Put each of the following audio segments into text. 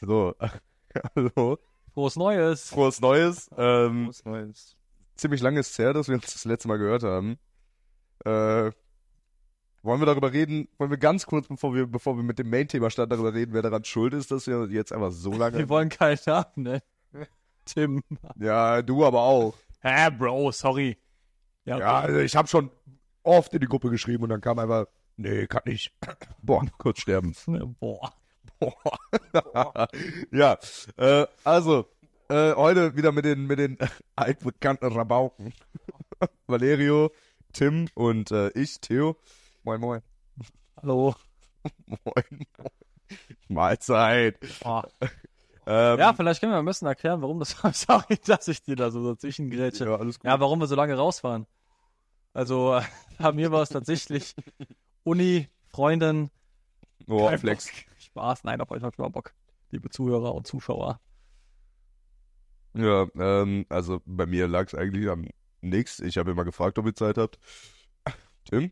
So, also, Groß Neues. frohes Neues. Ähm, Was Neues. ziemlich lange ist es her, dass wir uns das letzte Mal gehört haben. Äh, wollen wir darüber reden? Wollen wir ganz kurz, bevor wir, bevor wir mit dem Main-Thema starten, darüber reden, wer daran schuld ist, dass wir jetzt einfach so lange. Wir wollen keinen Namen nennen. Tim. ja, du aber auch. Hä, Bro, sorry. Ja, also ich habe schon oft in die Gruppe geschrieben und dann kam einfach, nee, kann nicht. Boah, kurz sterben. ne, Boah. Boah. ja, äh, also, äh, heute wieder mit den, mit den äh, altbekannten Rabauken. Valerio, Tim und äh, ich, Theo. Moin, moin. Hallo. Moin. Mahlzeit. Boah. Ähm, Ja, vielleicht können wir am besten erklären, warum das war. Sorry, dass ich dir da so dazwischen grätsche. ja, alles gut. Ja, warum wir so lange raus waren. Also, äh, bei mir war es tatsächlich Uni, Freundin. oh, kein Flex. Bock. Spaß, nein, auf euch hat mal Bock. Liebe Zuhörer und Zuschauer. Ja, ähm, also bei mir lag es eigentlich am nächsten. Ich habe immer gefragt, ob ihr Zeit habt. Tim,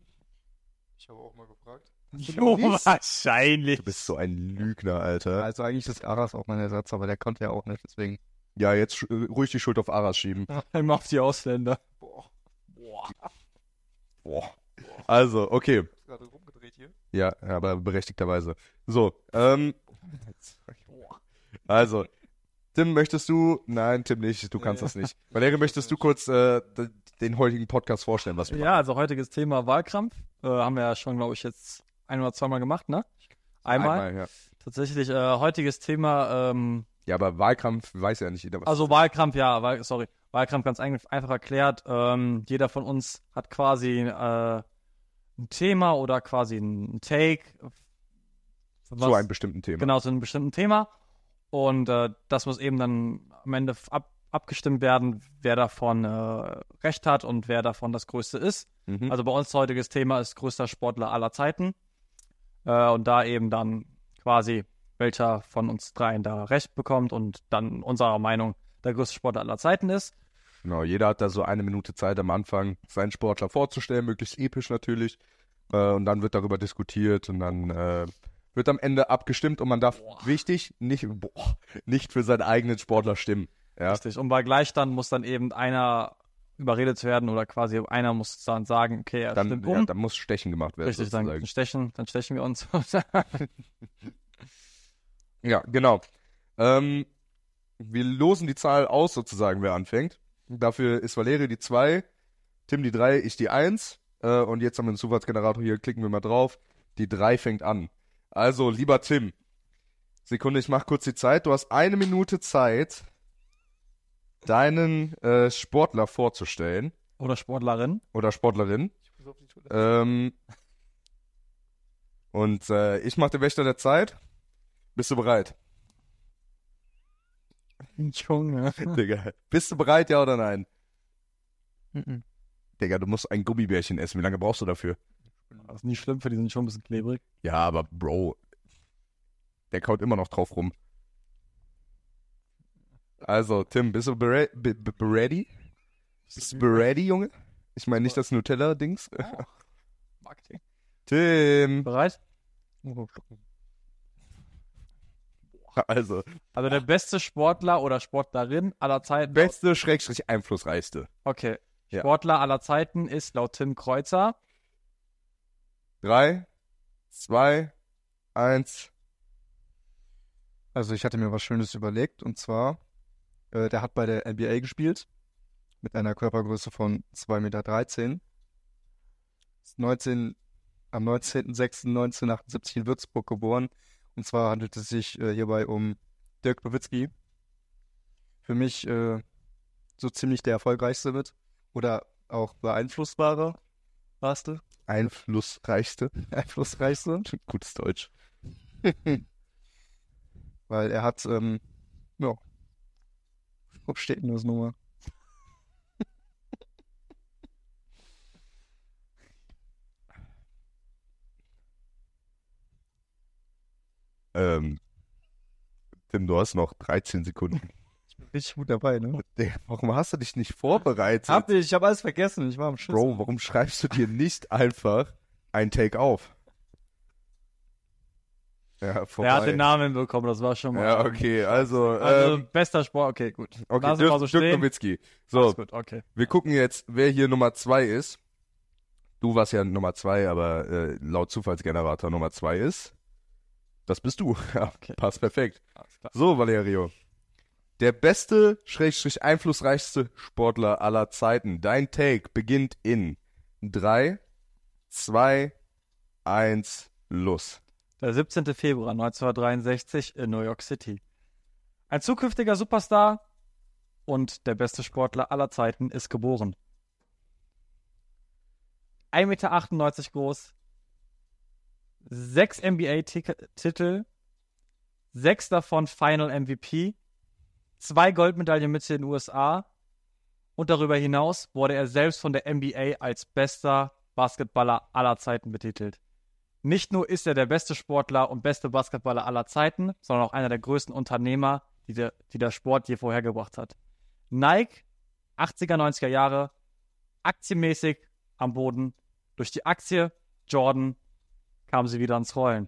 Ich habe auch mal gefragt. Jo, wahrscheinlich. du bist so ein Lügner, Alter. Also eigentlich ist Aras auch mein Ersatz, aber der konnte ja auch nicht, deswegen. Ja, jetzt sch- äh, ruhig die Schuld auf Aras schieben. Immer auf die Ausländer. Boah, Boah. Boah. Also, okay. ist gerade rumgedreht hier. Ja, aber berechtigterweise. So, ähm, also, Tim, möchtest du? Nein, Tim nicht, du kannst das nicht. Valerio, möchtest du kurz äh, d- den heutigen Podcast vorstellen, was wir Ja, also heutiges Thema Wahlkampf. Äh, haben wir ja schon, glaube ich, jetzt ein oder zweimal gemacht, ne? machen? Einmal. ja. Tatsächlich, äh, heutiges Thema, ähm, ja, aber Wahlkampf weiß ja nicht jeder, was also Wahlkampf, ja, Wahl, sorry, Wahlkampf ganz ein, einfach erklärt. Ähm, jeder von uns hat quasi äh, ein Thema oder quasi ein Take. zu was- einem bestimmten Thema. Genau, zu einem bestimmten Thema. Und äh, das muss eben dann am Ende f- ab, abgestimmt werden, wer davon äh, Recht hat und wer davon das Größte ist. Mhm. Also bei uns heutiges Thema ist größter Sportler aller Zeiten. Äh, und da eben dann quasi, welcher von uns dreien da Recht bekommt und dann unserer Meinung der größte Sportler aller Zeiten ist. Genau, jeder hat da so eine Minute Zeit am Anfang, seinen Sportler vorzustellen, möglichst episch natürlich. Äh, und dann wird darüber diskutiert und dann äh, wird am Ende abgestimmt und man darf, wichtig, nicht, boah, nicht für seinen eigenen Sportler stimmen. Ja, Richtig. Und bei Gleichstand muss dann eben einer überredet werden oder quasi einer muss dann sagen, okay, er dann, stimmt ja, um. dann muss Stechen gemacht werden. Richtig, dann sozusagen. stechen, dann stechen wir uns. Ja, genau. Ähm, wir losen die Zahl aus, sozusagen, wer anfängt. Dafür ist Valerio die 2, Tim die 3, ich die 1. Äh, und jetzt haben wir einen Zufallsgenerator hier, klicken wir mal drauf. Die 3 fängt an. Also, lieber Tim, Sekunde, ich mach kurz die Zeit. Du hast eine Minute Zeit, deinen äh, Sportler vorzustellen Oder Sportlerin. oder Sportlerin. Ich muss auf die Toilette. Ähm, und äh, ich mach den Wächter der Zeit. Bist du bereit? Junge. Digga, bist du bereit, ja oder nein? Mhm. Digga, du musst ein Gummibärchen essen. Wie lange brauchst du dafür? Das ist nicht schlimm, für die sind schon ein bisschen klebrig. Ja, aber Bro, der kaut immer noch drauf rum. Also, Tim, bist du bere- be- be- ready? Bist du ready, Junge? Ich meine nicht das Nutella-Dings. Marketing. Tim, Bereit? Äh, also, Also der beste Sportler oder Sportlerin aller Zeiten. beste, schrägstrich, einflussreichste. Okay. Ja. Sportler aller Zeiten ist laut Tim Kreuzer. Drei, zwei, eins. Also ich hatte mir was Schönes überlegt und zwar, äh, der hat bei der NBA gespielt mit einer Körpergröße von 2,13 Meter. Ist 19, am 19.06.1978 in Würzburg geboren. Und zwar handelt es sich äh, hierbei um Dirk Nowitzki. Für mich äh, so ziemlich der erfolgreichste mit oder auch beeinflussbarer warst du, Einflussreichste. einflussreichste. Gutes Deutsch. Weil er hat, ähm, ja. Wo steht denn das nochmal? Ähm, Tim, du hast noch 13 Sekunden. Richtig gut dabei, ne? Digga, warum hast du dich nicht vorbereitet? Hab ich, ich hab alles vergessen, ich war am Schiss. Bro, warum schreibst du dir nicht einfach ein Take auf? Ja, vorbei. Der hat den Namen bekommen, das war schon mal. Ja, okay, also, Also, ähm, bester Sport, okay, gut. okay, lassen wir mal Dirk, so Dirk stehen. Nowitzki. Alles So, gut, okay. wir gucken jetzt, wer hier Nummer zwei ist. Du warst ja Nummer zwei, aber äh, laut Zufallsgenerator Nummer zwei ist. Das bist du. Ja, Okay. Passt perfekt. Alles klar. So, Valerio. Der beste, schrägstrich einflussreichste Sportler aller Zeiten. Dein Take beginnt in 3, 2, 1, los. Der 17. Februar 1963 in New York City. Ein zukünftiger Superstar und der beste Sportler aller Zeiten ist geboren. 1,98 Meter groß, 6 NBA-Titel, 6 davon Final MVP, 2 Goldmedaillen mit den USA und darüber hinaus wurde er selbst von der NBA als bester Basketballer aller Zeiten betitelt. Nicht nur ist er der beste Sportler und beste Basketballer aller Zeiten, sondern auch einer der größten Unternehmer, die der, die der Sport je vorhergebracht hat. Nike, 80er, 90er Jahre, aktienmäßig am Boden. Durch die Aktie Jordan kamen sie wieder ans Rollen.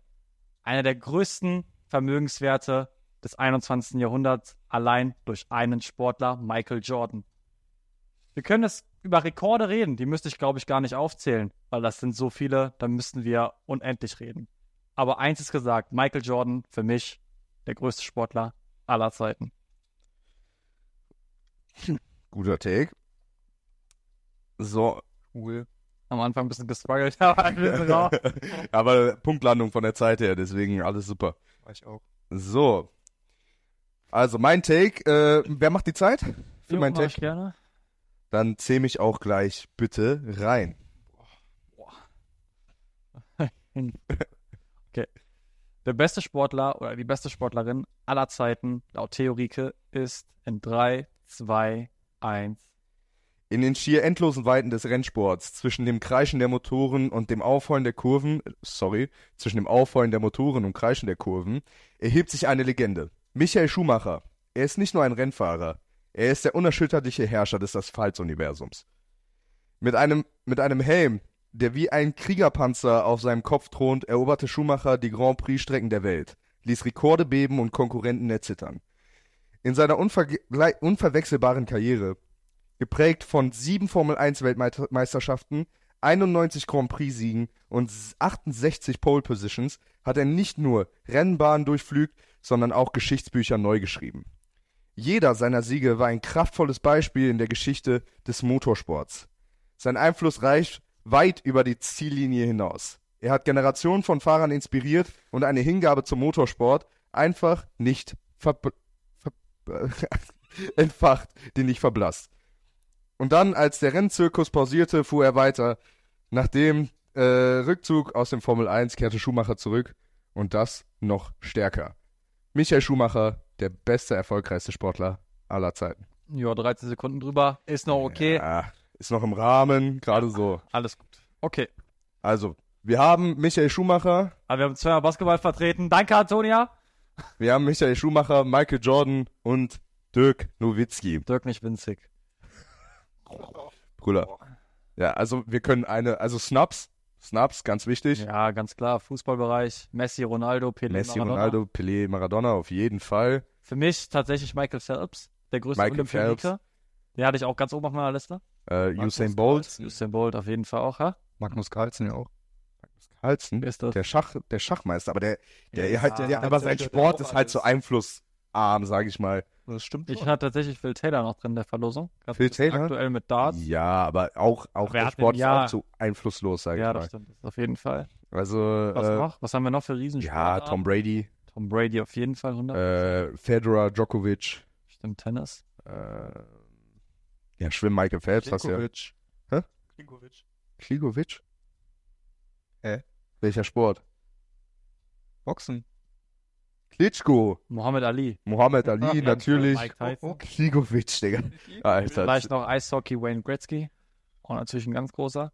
Einer der größten Vermögenswerte des 21. Jahrhunderts, allein durch einen Sportler, Michael Jordan. Wir können es über Rekorde reden, die müsste ich, glaube ich, gar nicht aufzählen, weil das sind so viele, da müssten wir unendlich reden. Aber eins ist gesagt, Michael Jordan, für mich der größte Sportler aller Zeiten. Guter Take. So. Cool. Am Anfang ein bisschen gestruggelt, aber ein bisschen raus. Aber Punktlandung von der Zeit her, deswegen alles super. War ich auch. So. Also mein Take, äh, wer macht die Zeit? Für Jo, meinen mach ich Take. gerne. Dann zähl mich auch gleich bitte rein. Okay. Der beste Sportler oder die beste Sportlerin aller Zeiten, laut Theorike, ist in 3, 2, 1. In den schier endlosen Weiten des Rennsports, zwischen dem Kreischen der Motoren und dem Aufheulen der Kurven, äh, sorry, zwischen dem Aufheulen der Motoren und Kreischen der Kurven, erhebt sich eine Legende. Michael Schumacher. Er ist nicht nur ein Rennfahrer, er ist der unerschütterliche Herrscher des Asphaltuniversums. Mit einem, mit einem Helm, der wie ein Kriegerpanzer auf seinem Kopf thront, eroberte Schumacher die Grand Prix-Strecken der Welt, ließ Rekorde beben und Konkurrenten erzittern. In seiner unvergle- unverwechselbaren Karriere geprägt von sieben Formel-1-Weltmeisterschaften, 91 Grand Prix-Siegen und 68 Pole Positions, hat er nicht nur Rennbahnen durchflügt, sondern auch Geschichtsbücher neu geschrieben. Jeder seiner Siege war ein kraftvolles Beispiel in der Geschichte des Motorsports. Sein Einfluss reicht weit über die Ziellinie hinaus. Er hat Generationen von Fahrern inspiriert und eine Hingabe zum Motorsport einfach nicht verb- verb- entfacht, die nicht verblasst. Und dann, als der Rennzirkus pausierte, fuhr er weiter. Nach dem äh, Rückzug aus dem Formel 1 kehrte Schumacher zurück und das noch stärker. Michael Schumacher, der beste, erfolgreichste Sportler aller Zeiten. Ja, 13 Sekunden drüber, ist noch okay, Ja, ist noch im Rahmen, gerade so. alles gut. Okay, Also, wir haben Michael Schumacher, aber wir haben zweimal Basketball vertreten. Danke, Antonia. wir haben Michael Schumacher, Michael Jordan und Dirk Nowitzki. Dirk nicht winzig. Bruder. Ja, also wir können eine, also Snaps, Snaps, ganz wichtig. Ja, ganz klar. Fußballbereich. Messi, Ronaldo, Pelé, Messi, Maradona. Ronaldo, Pelé, Maradona auf jeden Fall. Für mich tatsächlich Michael Phelps, der größte Michael Olympioniker. Den hatte ich auch ganz oben auf meiner Liste. Äh, Usain Bolt. Usain Bolt auf jeden Fall auch, ha? Magnus Carlsen ja auch. Carlsen, Ist das? der Schach, der Schachmeister, aber der, der Ja, halt, der, ja, aber der sein stört Sport auch ist halt so einflussarm, sage ich mal. Das stimmt. Ich hatte tatsächlich Phil Taylor noch drin in der Verlosung. Ganz Phil ein bisschen Taylor? Aktuell mit Darts. Ja, aber auch, auch Aber er der hat den- Sport ist ja. auch so einflusslos, sage Ja, ich das mal. stimmt. Das ist auf jeden Fall. Also, Was äh, noch? Was haben wir noch für Riesensport? ja, Tom Brady, Tom Brady auf jeden Fall 100. äh, Federer, Djokovic, Stimmt, Tennis. äh, ja, Schwimm Michael Phelps, hast du ja. Klinkovic. Hä? Klinkovic. Kligovic? Äh? Hä? Welcher Sport? Boxen. Klitschko, Mohammed Ali. Mohammed Ja, Ali, ja, natürlich. Mike Tyson. Kligovic, Digga. Alter. Vielleicht noch Eishockey Wayne Gretzky. Auch natürlich ein ganz großer.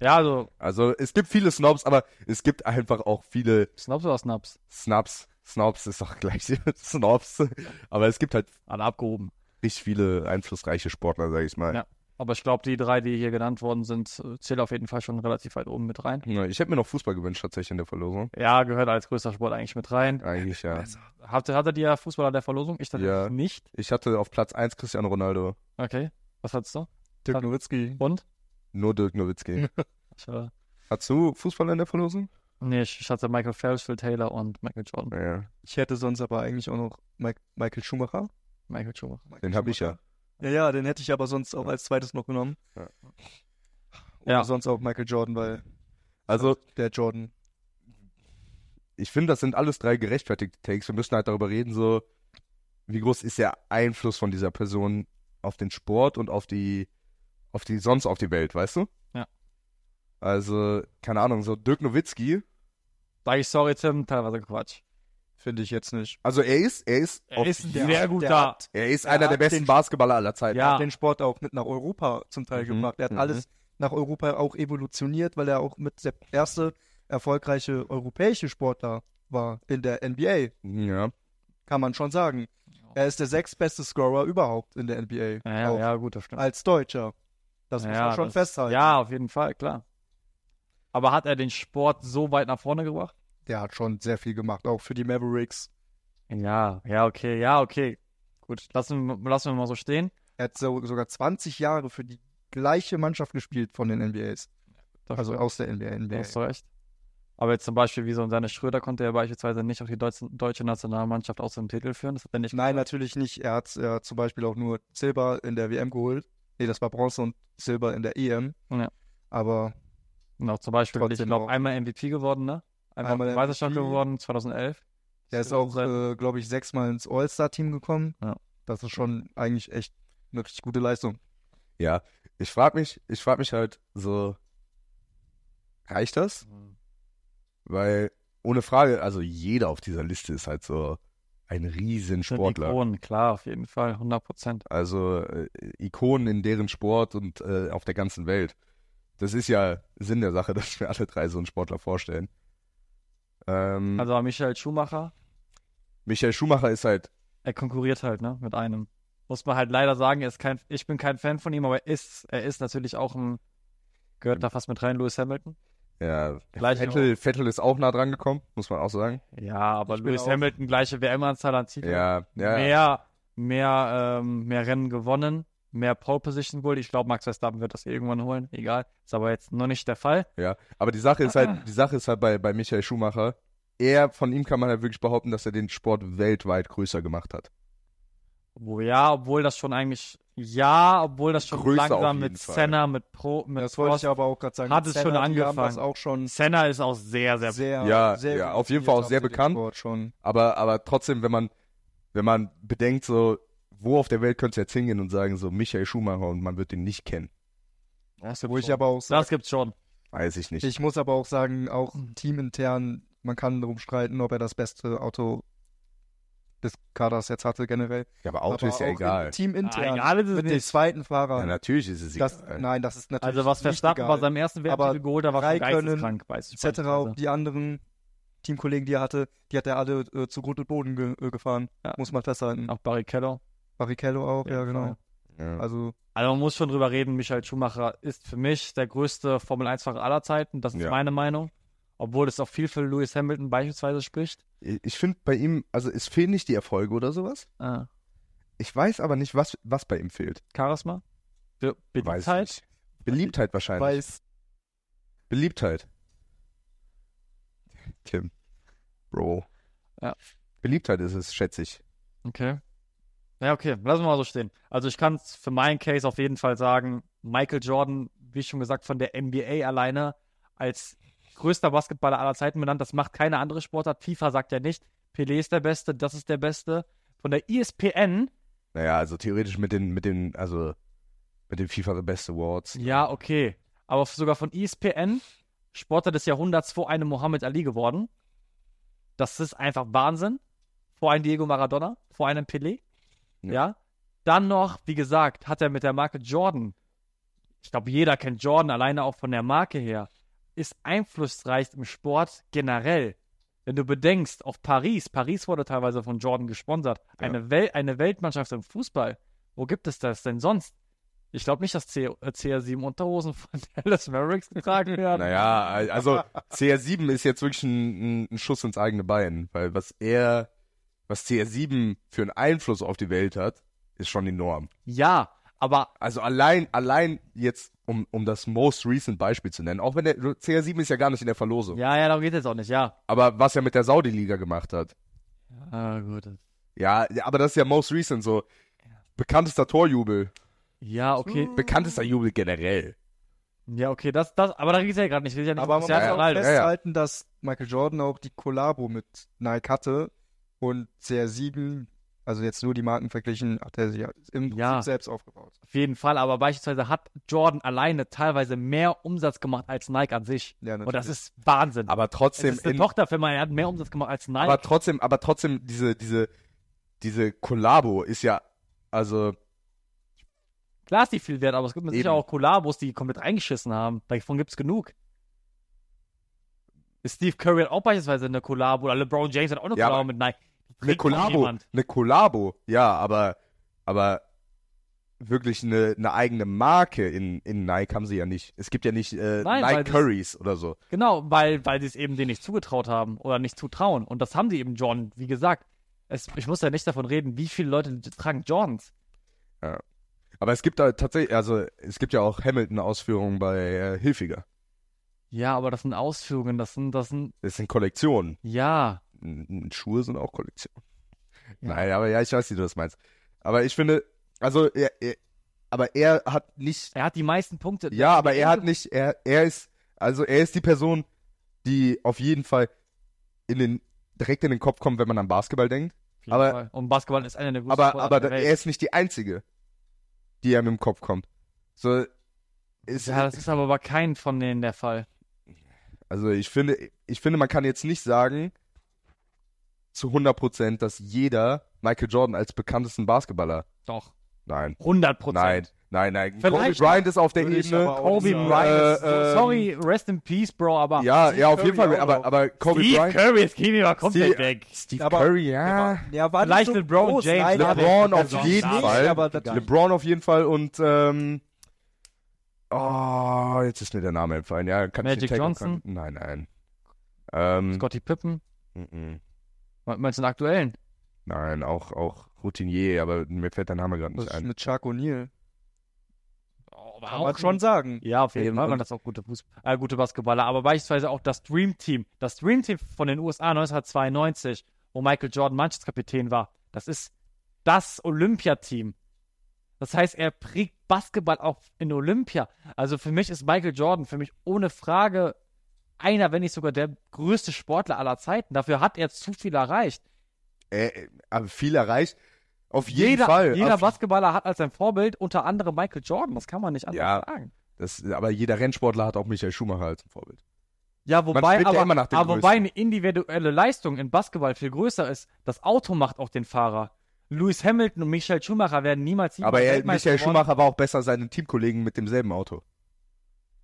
Ja, also Also, es gibt viele Snobs, aber es gibt einfach auch viele Snobs oder Snaps? Snaps. Snobs ist auch gleich Snobs. Aber es gibt halt Alle abgehoben. richtig viele einflussreiche Sportler, sag ich mal. Ja. Aber ich glaube, die drei, die hier genannt worden sind, äh, zählen auf jeden Fall schon relativ weit oben mit rein. Na, Ich hätte mir noch Fußball gewünscht, tatsächlich in der Verlosung. Ja, gehört als größter Sport eigentlich mit rein. Ähm, Eigentlich ja. Also. Besser. Habt ihr, hattet ihr Fußballer der Verlosung? Ich tatsächlich Ja. nicht. Ich hatte auf Platz 1 Cristiano Ronaldo, Okay. Was hattest du? Dirk Hat- Nowitzki. Und? nur Dirk Nowitzki. Ich, äh, Hattest du Fußball in der Verlosung? nee, ich, ich hatte Michael Phelps, Phil Taylor und Michael Jordan. Ja. Ich hätte sonst aber eigentlich auch noch Mike, Michael Schumacher. Michael Schumacher. Michael Den hab ich Schumacher. Ja, ja, den hätte ich aber sonst auch als zweites noch genommen. Ja. Oder Ja. sonst auch Michael Jordan, weil Also, der Jordan. ich finde, das sind alles drei gerechtfertigte Takes. Wir müssen halt darüber reden, so, wie groß ist der Einfluss von dieser Person auf den Sport und auf die, auf die, sonst auf die Welt, weißt du? Ja. Also, keine Ahnung, so Dirk Nowitzki, Sag ich sorry, Tim, teilweise Quatsch. Finde ich jetzt nicht. also er ist, er ist, Er auf- ist der- sehr gut der da. hat- er ist er einer der hat besten den- Basketballer aller Zeiten. Ja. hat den Sport auch mit nach Europa zum Teil Mhm, gebracht. Er hat mhm. alles nach Europa auch evolutioniert, weil er auch mit der erste erfolgreiche europäische Sportler war in der NBA, Ja. kann man schon sagen. Er ist der sechstbeste Scorer überhaupt in der NBA. Ja, ja, auch ja, gut, das stimmt. Als Deutscher. Das muss Ja, man schon das- festhalten. Ja, auf jeden Fall, klar. Aber hat er den Sport so weit nach vorne gebracht? Der hat schon sehr viel gemacht, auch für die Mavericks. Ja, ja, okay, ja, okay. Gut, lassen, lassen wir mal so stehen. Er hat so, sogar 20 Jahre für die gleiche Mannschaft gespielt von den NBAs. Das Also stimmt. aus der NBA. Da NBA. hast du recht. Aber jetzt zum Beispiel, wie so ein Dennis Schröder konnte er beispielsweise nicht auch die deutsche, deutsche Nationalmannschaft auch zum Titel führen. Das hat er nicht. Nein, natürlich nicht. Er hat äh, zum Beispiel auch nur Silber in der WM geholt. Nee, das war Bronze und Silber in der EM. Ja. Aber Und auch zum Beispiel, ich Trotzdem glaube, auch. einmal MVP geworden, ne? Einmal, Einmal einmal Meisterschaft MVP. geworden, 2011. er ist Stimmt, auch, seit- äh, glaube ich, sechsmal ins All-Star-Team gekommen. Ja. Das ist schon eigentlich echt eine richtig gute Leistung. Ja, ich frage mich, ich frage mich halt so, reicht das? Mhm. Weil ohne Frage, also jeder auf dieser Liste ist halt so ein Sind Riesensportler. Ikonen, klar, auf jeden Fall, 100 Prozent. Also äh, Ikonen in deren Sport und äh, auf der ganzen Welt. Das ist ja Sinn der Sache, dass wir alle drei so einen Sportler vorstellen. Mhm. Ähm, Also Michael Schumacher, Michael Schumacher ist halt, er konkurriert halt, ne, mit einem. Muss man halt leider sagen, er ist kein, ich bin kein Fan von ihm, aber er ist, er ist natürlich auch ein, gehört da fast mit rein, Lewis Hamilton. ja, Gleich Vettel, Vettel ist auch nah dran gekommen, muss man auch sagen. Ja, aber Ich bin Lewis auch- Hamilton, gleiche WM-Anzahl an Titeln. Ja, ja, mehr, mehr, ähm, mehr Rennen gewonnen, mehr Pole Position wohl. Ich glaube, Max Verstappen wird das irgendwann holen. Egal. Ist aber jetzt noch nicht der Fall. Ja, aber die Sache ist halt, die Sache ist halt bei, bei Michael Schumacher, er, von ihm kann man halt wirklich behaupten, dass er den Sport weltweit größer gemacht hat. Wo ja, obwohl das schon eigentlich, ja, obwohl das schon Größer auf langsam jeden mit Fall. Senna, mit Pro, mit Das wollte Prost. ich aber auch gerade sagen. hat es schon die haben angefangen. Das auch schon Senna ist auch sehr, sehr, sehr, sehr Ja, ja, auf jeden Fall auch auf sehr den bekannt. Sport schon. Aber, aber trotzdem, wenn man, wenn man bedenkt, so, wo auf der Welt könntest du jetzt hingehen und sagen, so Michael Schumacher und man wird ihn nicht kennen? das Wo gibt's ich schon. aber auch Das gibt's schon. Weiß ich nicht. Ich muss aber auch sagen, auch Mhm. teamintern, man kann darum streiten, ob er das beste Auto des Kaders jetzt hatte generell. ja, aber Auto aber ist ja auch egal. im Teamintern Ah, egal ist es mit dem nicht. zweiten Fahrer. Ja, natürlich äh. ist es das, egal. nein, das ist natürlich Also was nicht Verstappen bei egal, seinem ersten Welttitel Aber geholt, da war schon Raikkonen, geisteskrank, weiß ich. etc. Auch beispielsweise. die anderen Teamkollegen, die er hatte, die hat er alle äh, zu Grund und Boden ge äh, gefahren. Ja. Muss man festhalten. Auch Barrichello. Barrichello auch, ja, genau. Ja. Also Also man muss schon drüber reden, Michael Schumacher ist für mich der größte Formel 1-Fahrer aller Zeiten, das ist Ja. meine Meinung. Obwohl es auch viel für Lewis Hamilton beispielsweise spricht. Ich, ich finde bei ihm, also es fehlen nicht die Erfolge oder sowas. Äh, Ich weiß aber nicht, was, was bei ihm fehlt. Charisma, Be halt? Weiß Beliebtheit, nicht. Beliebtheit wahrscheinlich. weiß Beliebtheit. Tim. Bro. Ja. Beliebtheit ist es, schätze ich. Okay. Ja, okay, lassen wir mal so stehen. Also ich kann es für meinen Case auf jeden Fall sagen, Michael Jordan, wie schon gesagt, von der NBA alleine als größter Basketballer aller Zeiten benannt. Das macht keine andere Sportart. FIFA sagt ja nicht, Pelé ist der Beste, das ist der Beste. Von der E ESPN, Naja, also theoretisch mit den, mit den, also mit den FIFA The Best Awards. ja, okay. Aber sogar von E ESPN, Sportler des Jahrhunderts vor einem Mohammed Ali geworden. Das ist einfach Wahnsinn. Vor einem Diego Maradona, vor einem Pelé. Ja. Ja. Dann noch, wie gesagt, hat er mit der Marke Jordan, ich glaube, jeder kennt Jordan, alleine auch von der Marke her, ist einflussreich im Sport generell. Wenn du bedenkst, auf Paris, Paris wurde teilweise von Jordan gesponsert, eine, Wel eine Weltmannschaft im Fußball, wo gibt es das denn sonst? Ich glaube nicht, dass C- äh, CR7 Unterhosen von Dallas Mavericks getragen werden. Naja, also CR7 ist jetzt wirklich ein, ein- ein Schuss ins eigene Bein, weil was er, was CR7 für einen Einfluss auf die Welt hat, ist schon enorm. Ja, aber Also allein, allein jetzt, um, um das most recent Beispiel zu nennen, auch wenn der CR7 ist ja gar nicht in der Verlosung, ja, ja, darum geht es jetzt auch nicht, ja. aber was er mit der Saudi-Liga gemacht hat, Ah, gut. ja, ja, aber das ist ja most recent so. Bekanntester Torjubel, Ja, okay. bekanntester Jubel generell. Ja, okay, das, das, aber da geht es ja gerade nicht. Geht ja nicht Aber um man muss ja auch Cristiano Ronaldo. fest- festhalten, dass Michael Jordan auch die Kollabo mit Nike hatte und CR7, also jetzt nur die Marken verglichen, hat er sich ja im Prinzip Ja. selbst aufgebaut. Auf jeden Fall, aber beispielsweise hat Jordan alleine teilweise mehr Umsatz gemacht als Nike an sich. Ja, Und Oh, das ist Wahnsinn. Aber es trotzdem, ist eine in- Tochterfirma, er hat mehr Umsatz gemacht als Nike. aber trotzdem, aber trotzdem, diese, diese, diese Kollabo ist ja, also, Klar ist die viel wert, aber es gibt mit Eben. sicher auch Kollabos, die komplett reingeschissen haben. Davon gibt's genug. Steve Curry hat auch beispielsweise eine Kollabo oder LeBron James hat auch eine Ja, Kollabo aber mit Nike. Die Eine trägt doch Kollabo, niemand. eine Kollabo, ja, aber, aber wirklich eine, eine eigene Marke in, in Nike haben sie ja nicht. Es gibt ja nicht äh, Nein, weil Nike das- Curries oder so. Genau, weil, weil sie es eben denen nicht zugetraut haben oder nicht zutrauen. Und das haben die eben Jordan, wie gesagt. Es, ich muss ja nicht davon reden, wie viele Leute tragen Jordans. Aber es gibt da tatsächlich, also es gibt ja auch Hamilton-Ausführungen bei äh, Hilfiger. Ja, aber das sind Ausführungen, das sind, das sind, Das sind Kollektionen. ja. N- n- Schuhe sind auch Kollektionen. Ja. Nein, aber ja, ich weiß, wie du das meinst. Aber ich finde, also, er, er, aber er hat nicht Er hat die meisten Punkte. Ja, aber er hat nicht, er, er ist, also er ist die Person, die auf jeden Fall in den, direkt in den Kopf kommt, wenn man an Basketball denkt. Auf jeden aber- Fall. Und Basketball ist einer der größten Aber, Sportarten aber der da- Welt. er ist nicht die Einzige, die einem im Kopf kommt. So, ist, ja, das ist aber bei keinem von denen der Fall. also ich finde, ich finde, man kann jetzt nicht sagen, zu 100 Prozent, dass jeder Michael Jordan als bekanntesten Basketballer, Doch. nein, 100 Prozent. nein, nein, nein. Vielleicht- Kobe Bryant ist auf der Würde ich Ebene. aber auch Kobe nicht sagen. Bryant, äh, ist so- ähm, sorry, rest in peace, Bro, aber Ja, ja, auf Curry jeden Fall. auch Aber, noch. aber Kobe Steve Bryant, Curry ist Kini komplett Steve- weg. Steve Aber- Curry, Der ja. war- der war Vielleicht nicht so LeBron groß, James, nein, aber- LeBron Ja, auf doch, jeden nein, Fall. aber das- LeBron auf jeden Fall und ähm, oh, jetzt ist mir der Name entfallen. Ja, kann ich Magic nicht taggen Johnson? Können. Nein, nein. Ähm, Scotty Pippen, mm, mm. Me- meinst du den aktuellen? nein, auch auch Routinier, aber mir fällt der Name gerade Was nicht ist ein. mit Chuck O'Neal? Oh, Kann man schon sagen. Ja, auf jeden Eben, Fall waren und- das auch gute, Fuß äh, gute Basketballer, aber beispielsweise auch das Dream Team. Das Dream Team von den USA 1992, wo Michael Jordan Mannschaftskapitän war, das ist das Olympiateam. Das heißt, er prägt Basketball auch in Olympia. Also für mich ist Michael Jordan für mich ohne Frage einer, wenn nicht sogar der größte Sportler aller Zeiten. Dafür hat er zu viel erreicht. Äh, äh, aber viel erreicht. Auf jeden jeder, Fall. Jeder auf, Basketballer hat als sein Vorbild unter anderem Michael Jordan. Das kann man nicht anders Ja. sagen. das, aber jeder Rennsportler hat auch Michael Schumacher als ein Vorbild. Ja, wobei, strebt ja aber, immer nach dem aber wobei eine Größten. individuelle Leistung in Basketball viel größer ist. Das Auto macht auch den Fahrer. Lewis Hamilton und Michael Schumacher werden niemals Aber siebenmal er, Weltmeister Michael geworden. Schumacher war auch besser als seine Teamkollegen mit demselben Auto.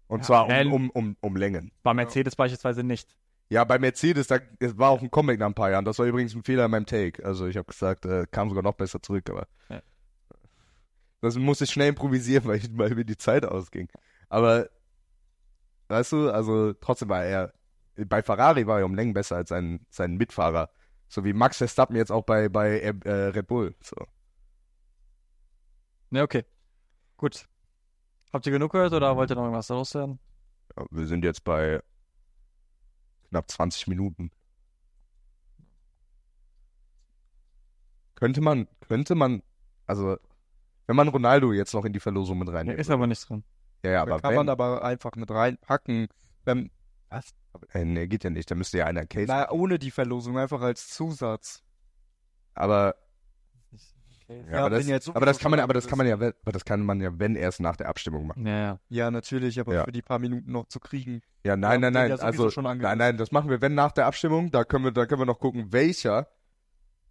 Und Ja, zwar äh, um, um, um, um Längen. Bei Mercedes beispielsweise nicht. Ja, bei Mercedes, da es war auch ein Comeback nach ein paar Jahren. Das war übrigens ein Fehler in meinem Take. Also ich habe gesagt, äh, kam sogar noch besser zurück, aber Ja. das musste ich schnell improvisieren, weil, ich, weil mir die Zeit ausging. Aber weißt du, also trotzdem war er bei Ferrari war er um Längen besser als sein, sein Mitfahrer. So wie Max Verstappen jetzt auch bei, bei äh, äh, Red Bull. So. Ne, okay. Gut. Habt ihr genug gehört oder wollt ihr noch irgendwas loswerden? Ja, wir sind jetzt bei knapp 20 Minuten. Könnte man, könnte man, also, wenn man Ronaldo jetzt noch in die Verlosung mit Ne, reinnehmen ist würde. aber nichts drin. Ja, ja, Da aber kann wenn, man aber einfach mit reinpacken. Wenn, was? äh, nee, geht ja nicht, da müsste ja einer Case. Na, ohne die Verlosung, einfach als Zusatz. aber, ja, aber, das, bin jetzt aber das kann man, sowieso aber das schon kann man ja, wenn- aber das kann man ja, wenn erst nach der Abstimmung machen. Naja. Ja, natürlich, aber Ja. für die paar Minuten noch zu kriegen. Ja, nein, Ja, nein, den nein, ja sowieso also, schon nein, angerissen. nein, das machen wir, wenn nach der Abstimmung, da können wir, da können wir noch gucken, welcher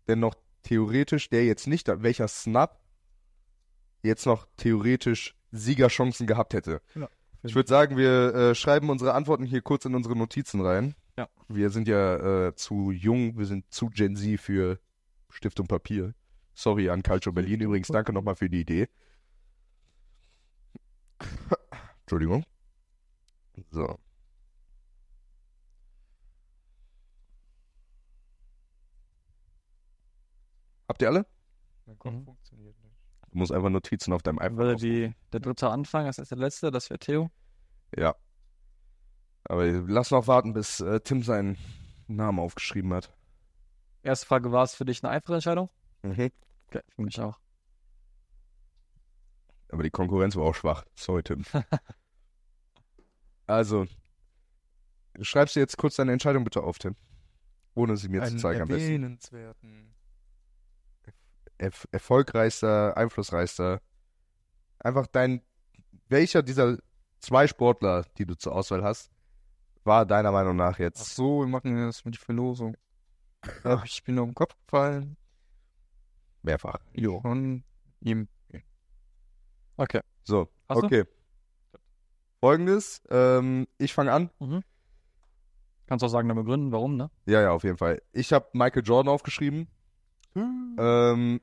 denn noch theoretisch, der jetzt nicht, welcher Snap jetzt noch theoretisch Siegerchancen gehabt hätte. Ja. ich würde sagen, wir äh, schreiben unsere Antworten hier kurz in unsere Notizen rein. Ja. Wir sind ja äh, zu jung, wir sind zu Gen Z für Stift und Papier. Sorry an Calcio Berlin übrigens, danke nochmal für die Idee. Entschuldigung. So. Habt ihr alle? Mein Kopf Mhm. funktioniert nicht. Du musst einfach Notizen auf deinem iPhone Würde machen. die, der dritte anfangen, das ist der letzte, das wäre Theo. Ja. Aber lass noch warten, bis äh, Tim seinen Namen aufgeschrieben hat. Erste Frage, war es für dich eine einfache Entscheidung? Mhm. Okay, für mich auch. Aber die Konkurrenz war auch schwach. Sorry, Tim. also, schreibst du jetzt kurz deine Entscheidung bitte auf, Tim. Ohne sie mir zu Einen zeigen am besten. erwähnenswerten. erf erfolgreichster, einflussreichster. Einfach dein, welcher dieser zwei Sportler, die du zur Auswahl hast, war deiner Meinung nach Ach jetzt? so, wir machen jetzt mal die Verlosung. Hab ich bin auf den Kopf gefallen. Mehrfach. Jo. Von ihm. Okay. So, Hast du? okay. Folgendes, ähm, ich fange an. Kannst auch sagen, dann begründen, warum, ne? Ja, ja, auf jeden Fall. Ich habe Michael Jordan aufgeschrieben. Ähm,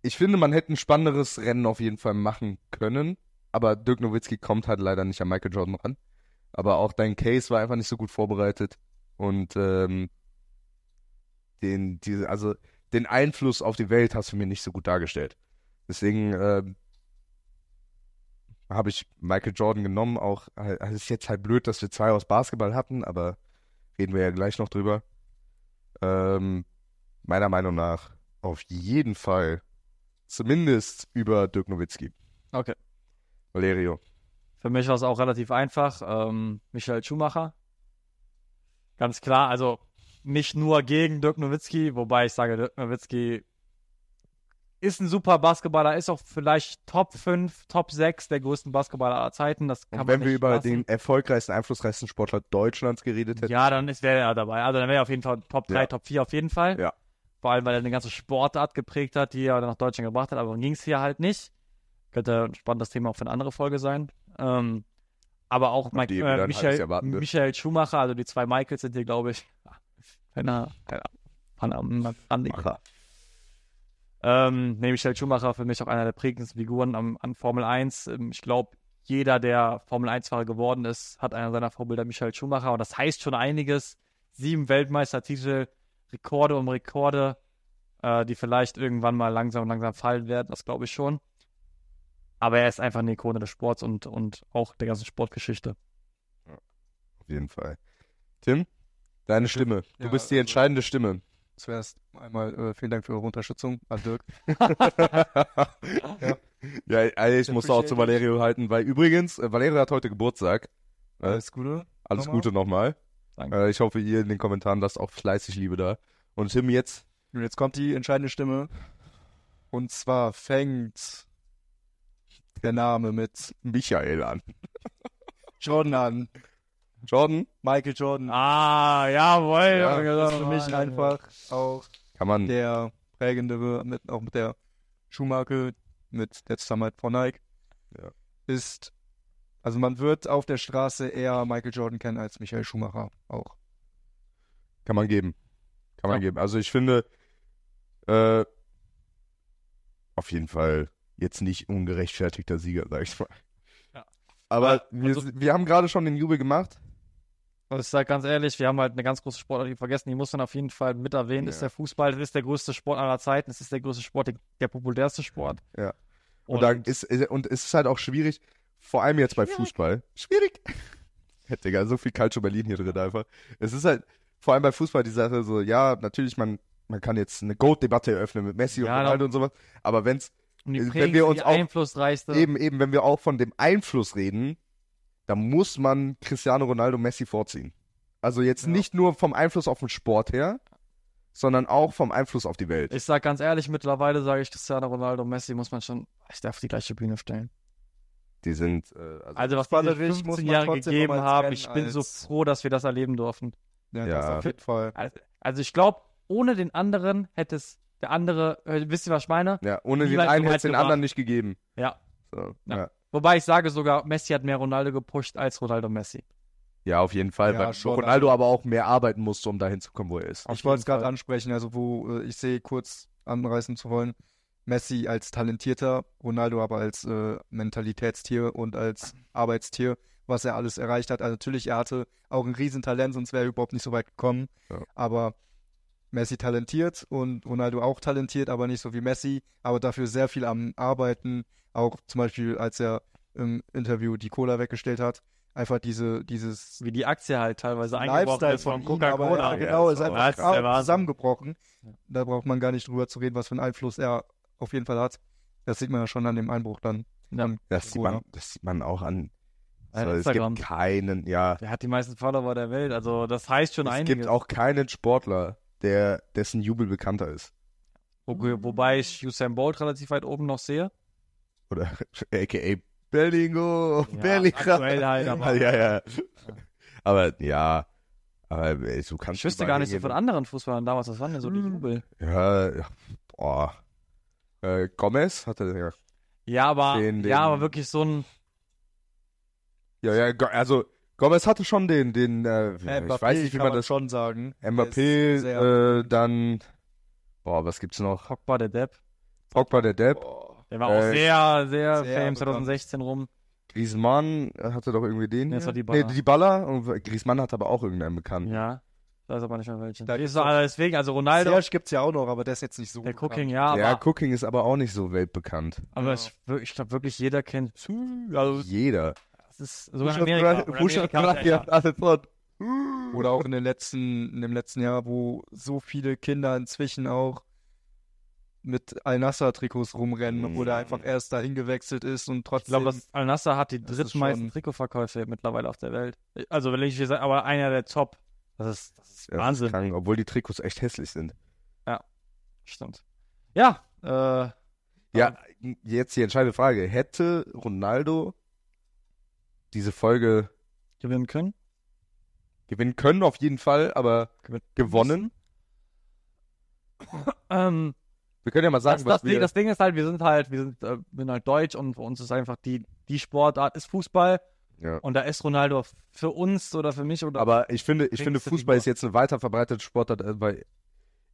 ich finde, man hätte ein spannenderes Rennen auf jeden Fall machen können. Aber Dirk Nowitzki kommt halt leider nicht an Michael Jordan ran. Aber auch dein Case war einfach nicht so gut vorbereitet. Und ähm, den, diese, also den Einfluss auf die Welt hast du mir nicht so gut dargestellt. Deswegen ähm, habe ich Michael Jordan genommen. Auch also es ist jetzt halt blöd, dass wir zwei aus Basketball hatten, aber reden wir ja gleich noch drüber. Ähm, meiner Meinung nach auf jeden Fall zumindest über Dirk Nowitzki. Okay. Valerio. Für mich war es auch relativ einfach. Ähm, Michael Schumacher. Ganz klar, also nicht nur gegen Dirk Nowitzki, wobei ich sage, Dirk Nowitzki ist ein super Basketballer, ist auch vielleicht Top 5, Top 6 der größten Basketballer aller Zeiten. Das kann Und man wenn wir nicht über lassen. den erfolgreichsten, einflussreichsten Sportler Deutschlands geredet hätten, Ja, dann ist wäre er dabei. Also dann wäre er auf jeden Fall Top 3, Ja. Top 4 auf jeden Fall. Ja. Vor allem, weil er eine ganze Sportart geprägt hat, die er nach Deutschland gebracht hat, aber ging es hier halt nicht. Könnte ein spannendes Thema auch für eine andere Folge sein. Ähm, aber auch Mike, die wieder ein äh, halbes Michael, Jahr warten dürfen. Michael Schumacher, also die zwei Michaels sind hier, glaube ich, keine Ahnung, keine Ahnung, Pan- Pan- Macher. ähm, nee, Michael Schumacher für mich auch einer der prägendsten Figuren am, an Formel 1. Ähm, Ich glaube, jeder, der Formel 1-Fahrer geworden ist, hat einer seiner Vorbilder Michael Schumacher. Und das heißt schon einiges. Sieben Weltmeistertitel, Rekorde um Rekorde, äh, die vielleicht irgendwann mal langsam und langsam fallen werden. Das glaube ich schon. Aber er ist einfach eine Ikone des Sports und, und auch der ganzen Sportgeschichte. auf jeden Fall. Tim, deine Stimme. Du Ja, bist die also- entscheidende Stimme. Zuerst einmal äh, vielen Dank für eure Unterstützung an Dirk. ja. also ich musste auch zu Appreciate it. Valerio halten, weil übrigens, äh, Valerio hat heute Geburtstag. Ja. Alles Gute. Alles Nochmal. Gute nochmal. Danke. Äh, ich hoffe, ihr in den Kommentaren lasst auch fleißig Liebe da. Und Tim jetzt Und jetzt kommt die entscheidende Stimme. Und zwar fängt der Name mit Michael an. Jordan an. Jordan, Michael Jordan. Ah, jawohl. Ja, das ist für mich einfach auch kann man der prägendere, mit, auch mit der Schuhmarke, mit der Zusammenarbeit von Nike, Ja. ist, also man wird auf der Straße eher Michael Jordan kennen als Michael Schumacher auch. Kann man geben. Kann man Ja. geben. Also ich finde, äh, auf jeden Fall jetzt nicht ungerechtfertigter Sieger, sag ich mal. Ja. Aber Ah, wir, also- wir haben gerade schon den Jubel gemacht. Also ich sage ganz ehrlich, wir haben halt eine ganz große Sportart die vergessen, die muss man auf jeden Fall mit erwähnen. Ja. Ist der Fußball, das ist der größte Sport aller Zeiten, es ist der größte Sport, der, der populärste Sport. Ja. Und, Und, da ist, ist- und es ist halt auch schwierig, vor allem jetzt bei Schwierig. Fußball. Schwierig. Digga, so viel Calcio Berlin hier drin einfach. Es ist halt, vor allem bei Fußball die Sache so, ja, natürlich, man, man kann jetzt eine Goat-Debatte eröffnen mit Messi und Ja, Ronaldo und sowas. Aber wenn's und die wenn wir prägendste, uns die auch- einflussreichste. Eben, eben, wenn wir auch von dem Einfluss reden, dann muss man Cristiano Ronaldo Messi vorziehen. Also jetzt Ja. nicht nur vom Einfluss auf den Sport her, sondern auch vom Einfluss auf die Welt. Ich sage ganz ehrlich, mittlerweile sage ich Cristiano Ronaldo und Messi muss man schon, ich darf auf die gleiche Bühne stellen. Die sind, äh, also, Also was diese Fußballerisch muss 15 man Jahre trotzdem gegeben nochmals haben, trennen ich bin so als- froh, dass wir das erleben durften. Ja, Ja. das auf jeden Fall. Also, also ich glaube, ohne den anderen hätte es der andere, äh, wisst ihr, was ich meine? ja, ohne den niemals einen so hätte es weit den anderen nicht gegeben. Ja. So, Ja. ja. Ja. Wobei ich sage sogar, Messi hat mehr Ronaldo gepusht als Ronaldo Messi. auf jeden Fall, Ja, weil schon, also Ronaldo aber auch mehr arbeiten musste, um dahin zu kommen, wo er ist. Auf Ich wollte es jeden gerade Fall. ansprechen, also wo äh, ich sehe, kurz anreißen zu wollen. Messi als talentierter, Ronaldo aber als äh, Mentalitätstier und als Arbeitstier, was er alles erreicht hat. Also natürlich, er hatte auch ein Riesentalent, sonst wäre er überhaupt nicht so weit gekommen. Ja. Aber Messi talentiert und Ronaldo auch talentiert, aber nicht so wie Messi, aber dafür sehr viel am Arbeiten. Auch zum Beispiel, als er im Interview die Cola weggestellt hat, einfach diese, dieses Wie die Aktie halt teilweise eingebrochen Lifestyle ist von von ihm, aber Coca-Cola. ja, genau, Ja, das ist ist einfach auch- das ist der Wahnsinn. zusammengebrochen. Da braucht man gar nicht drüber zu reden, was für einen Einfluss er auf jeden Fall hat. Das sieht man ja schon an dem Einbruch dann. Ja. Das sieht Corona. man, das sieht man auch an. An Also, es Instagram. gibt keinen, ja. Der hat die meisten Follower der Welt. Also das heißt schon es einiges. gibt auch keinen Sportler, der dessen Jubel bekannter ist. Wo, wobei ich Usain Bolt relativ weit oben noch sehe. Oder aka Berlingo, Ja, Berlingo. aktuell halt, aber- ja, ja. Aber ja, aber ey, so kannst Ich wüsste überall gar nicht so von hingehen. anderen Fußballern damals. Was waren denn so die Jubel? Ja, ja, boah. Äh, Gomez hatte ja. Ja, aber, Den- den- ja, aber wirklich so ein. Ja, ja, Go- also Gomez hatte schon den, den, äh, ich weiß nicht, wie kann man das. schon sagen. Der ist sehr- Mbappé, äh, dann, boah, was gibt's noch? Pogba, der Depp. Pogba, der Depp, Boah. Der war Äh, auch sehr, sehr, sehr fame bekannt. 2016 rum. Griezmann äh, hatte doch irgendwie den. Nee, das hier. war Dybala. Nee, Dybala. Und Griezmann hat aber auch irgendeinen bekannt. Ja. Da ist aber nicht mehr welche. Da Da gibt's ist so, auch- also deswegen, also Ronaldo, Serge gibt's ja auch noch, aber der ist jetzt nicht so. der bekannt. Cooking, ja, aber, ja, Cooking ist aber auch nicht so weltbekannt. aber ich, wir- ich glaube wirklich jeder kennt. Also, Jeder. das ist sogar in Amerika. Oder Amerika hat's ja- Oder auch in, den letzten, in dem letzten Jahr, wo so viele Kinder inzwischen auch mit Al-Nassr-Trikots rumrennen Mhm. oder einfach erst dahin gewechselt ist und Ich trotzdem. glaube, das Al-Nassr hat die Das ist drittmeisten schon- Trikotverkäufe mittlerweile auf der Welt. Also, will ich nicht sagen, aber einer der Top. Das ist, das ist Ja, Wahnsinn. Krank, obwohl die Trikots echt hässlich sind. Stimmt. Ja, äh, Ja, jetzt die entscheidende Frage. Hätte Ronaldo diese Folge gewinnen können. gewinnen können, auf jeden Fall, aber Gewinnen gewonnen? Ähm, Wir können ja mal sagen, das, das, was wir... Ding, das Ding ist halt, wir sind halt, wir sind, äh, sind halt deutsch und für uns ist einfach die, die Sportart ist Fußball ja. und da ist Ronaldo für uns oder für mich oder Aber ich finde, ich finde Kriegst du die Fußball Nummer. ist jetzt eine weiter verbreitete Sportart, äh, weil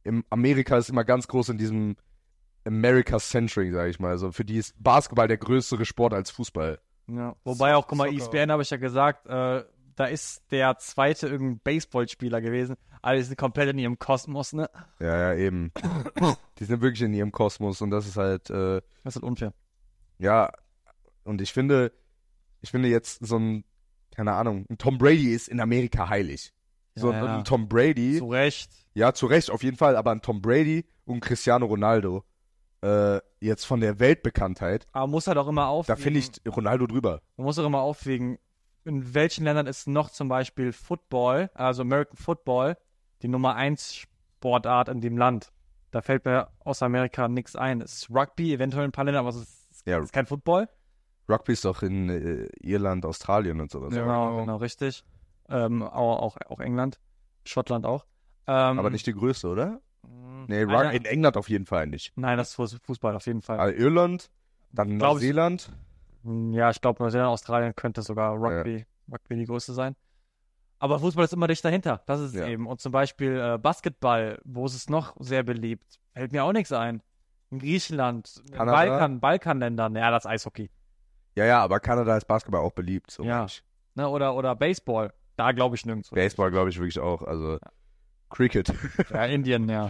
in Amerika ist immer ganz groß in diesem America-Century, sage ich mal. Also für die ist Basketball der größere Sport als Fußball. Ja, wobei auch, guck mal, E Soccer. ESPN habe ich ja gesagt, äh, da ist der zweite irgendein Baseballspieler gewesen. Alle sind komplett in ihrem Kosmos, ne? Ja, ja, eben. die sind wirklich in ihrem Kosmos und das ist halt, äh, Das ist halt unfair. ja, und ich finde, ich finde jetzt so ein, keine Ahnung, ein Tom Brady ist in Amerika heilig. So Ja, ein, ja. ein Tom Brady, Zu Recht. ja, zu Recht auf jeden Fall, aber ein Tom Brady und Cristiano Ronaldo, äh, jetzt von der Weltbekanntheit, Aber man muss halt auch immer da aufwiegen. finde ich Ronaldo drüber. Man muss auch immer aufwiegen, in welchen Ländern ist noch zum Beispiel Football, also American Football, die Nummer 1 Sportart in dem Land. Da fällt mir aus Amerika nichts ein. Es ist Rugby, eventuell in ein paar Ländern, aber es ist, Ja. es ist kein Football. Rugby ist doch in äh, Irland, Australien und sowas. Ja, genau, genau. genau, richtig. Ähm, auch, auch, auch England, Schottland auch. Ähm, Aber nicht die größte, oder? Nee, Nee, Rug in England auf jeden Fall nicht. Nein, das ist Fuß- Fußball auf jeden Fall. Aber Irland, dann Glaub ich- Neuseeland. Ja, ich glaube, Neuseeland, Australien könnte sogar Rugby, Rugby die größte sein. Aber Fußball ist immer dicht dahinter. Das ist es Ja. eben. Und zum Beispiel äh, Basketball, wo ist es noch sehr beliebt? Fällt mir auch nichts ein. In Griechenland, in Kanada? Balkan, Balkanländern, ja, das Eishockey. Ja, ja, aber Kanada ist Basketball auch beliebt. So Ja. wirklich. Ne? Oder, oder Baseball. Da glaube ich nirgendwo. Baseball glaube ich wirklich auch. Also Cricket. Ja, Indien, ja.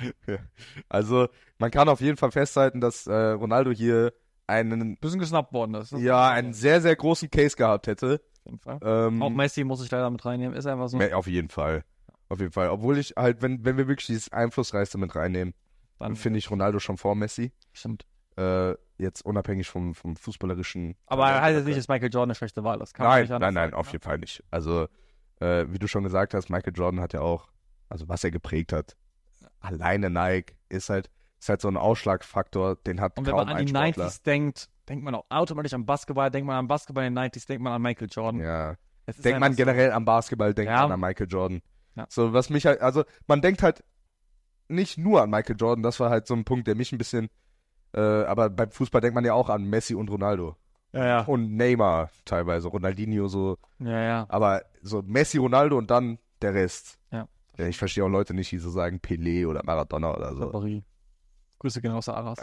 Also man kann auf jeden Fall festhalten, dass äh, Ronaldo hier einen, Bisschen geschnappt worden ist. Das ja, ist- einen sehr, sehr großen Case gehabt hätte. auf jeden Fall. Ähm, Auch Messi muss ich leider mit reinnehmen. Ist einfach so. me- auf jeden Fall. Auf jeden Fall. Obwohl ich halt, wenn, wenn wir wirklich dieses Einflussreichste mit reinnehmen, dann Dann finde ich Ronaldo schon vor Messi. stimmt. äh, jetzt unabhängig vom, vom fußballerischen. Aber er heißt jetzt nicht, dass Michael Jordan eine schlechte Wahl ist. Kann man Nein, nicht anders nein, nein, sagen, auf ne? jeden Fall nicht. Also, äh, wie du schon gesagt hast, Michael Jordan hat ja auch, also was er geprägt hat, alleine Nike ist halt, ist halt so ein Ausschlagfaktor, den hat Und wenn kaum man an ein die Sportler. 90s denkt, denkt man auch automatisch an Basketball, denkt man an Basketball in den 90s, denkt man an Michael Jordan. Ja. Es ist Denkt einfach man so. generell am Basketball, denkt Ja. man an Michael Jordan. Ja. So, was mich halt, also man denkt halt nicht nur an Michael Jordan, das war halt so ein Punkt, der mich ein bisschen, äh, aber beim Fußball denkt man ja auch an Messi und Ronaldo. Ja, ja. Und Neymar teilweise, Ronaldinho so. ja, ja. Aber so Messi, Ronaldo und dann der Rest. Ja. ich verstehe auch Leute nicht, die so sagen Pelé oder Maradona oder so. Ribéry. Grüße gehen raus, Aras.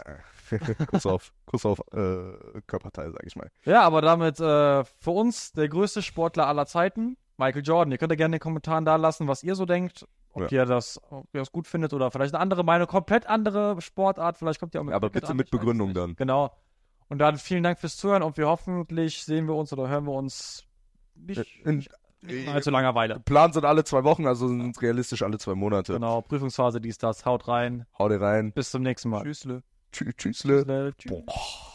Kuss auf, Kuss auf äh, Körperteil, sag ich mal. Ja, aber damit äh, für uns der größte Sportler aller Zeiten, Michael Jordan. Ihr könnt ja gerne in den Kommentaren da lassen, was ihr so denkt. Ob ihr das, ob ihr das gut findet oder vielleicht eine andere Meinung, komplett andere Sportart. Vielleicht kommt ihr auch mit Aber Cricket bitte an, mit ich weiß es Begründung nicht. dann. Genau. Und dann vielen Dank fürs Zuhören und wir hoffentlich sehen wir uns oder hören wir uns nicht, Äh, In, nicht allzu Langeweile. Plan sind alle zwei Wochen, also sind realistisch alle zwei Monate. Genau, Prüfungsphase, dies, das. Haut rein. Haut rein. Bis zum nächsten Mal. Äh, Tschüssle. Tschü- Tschüssle. Tschüss. Boah.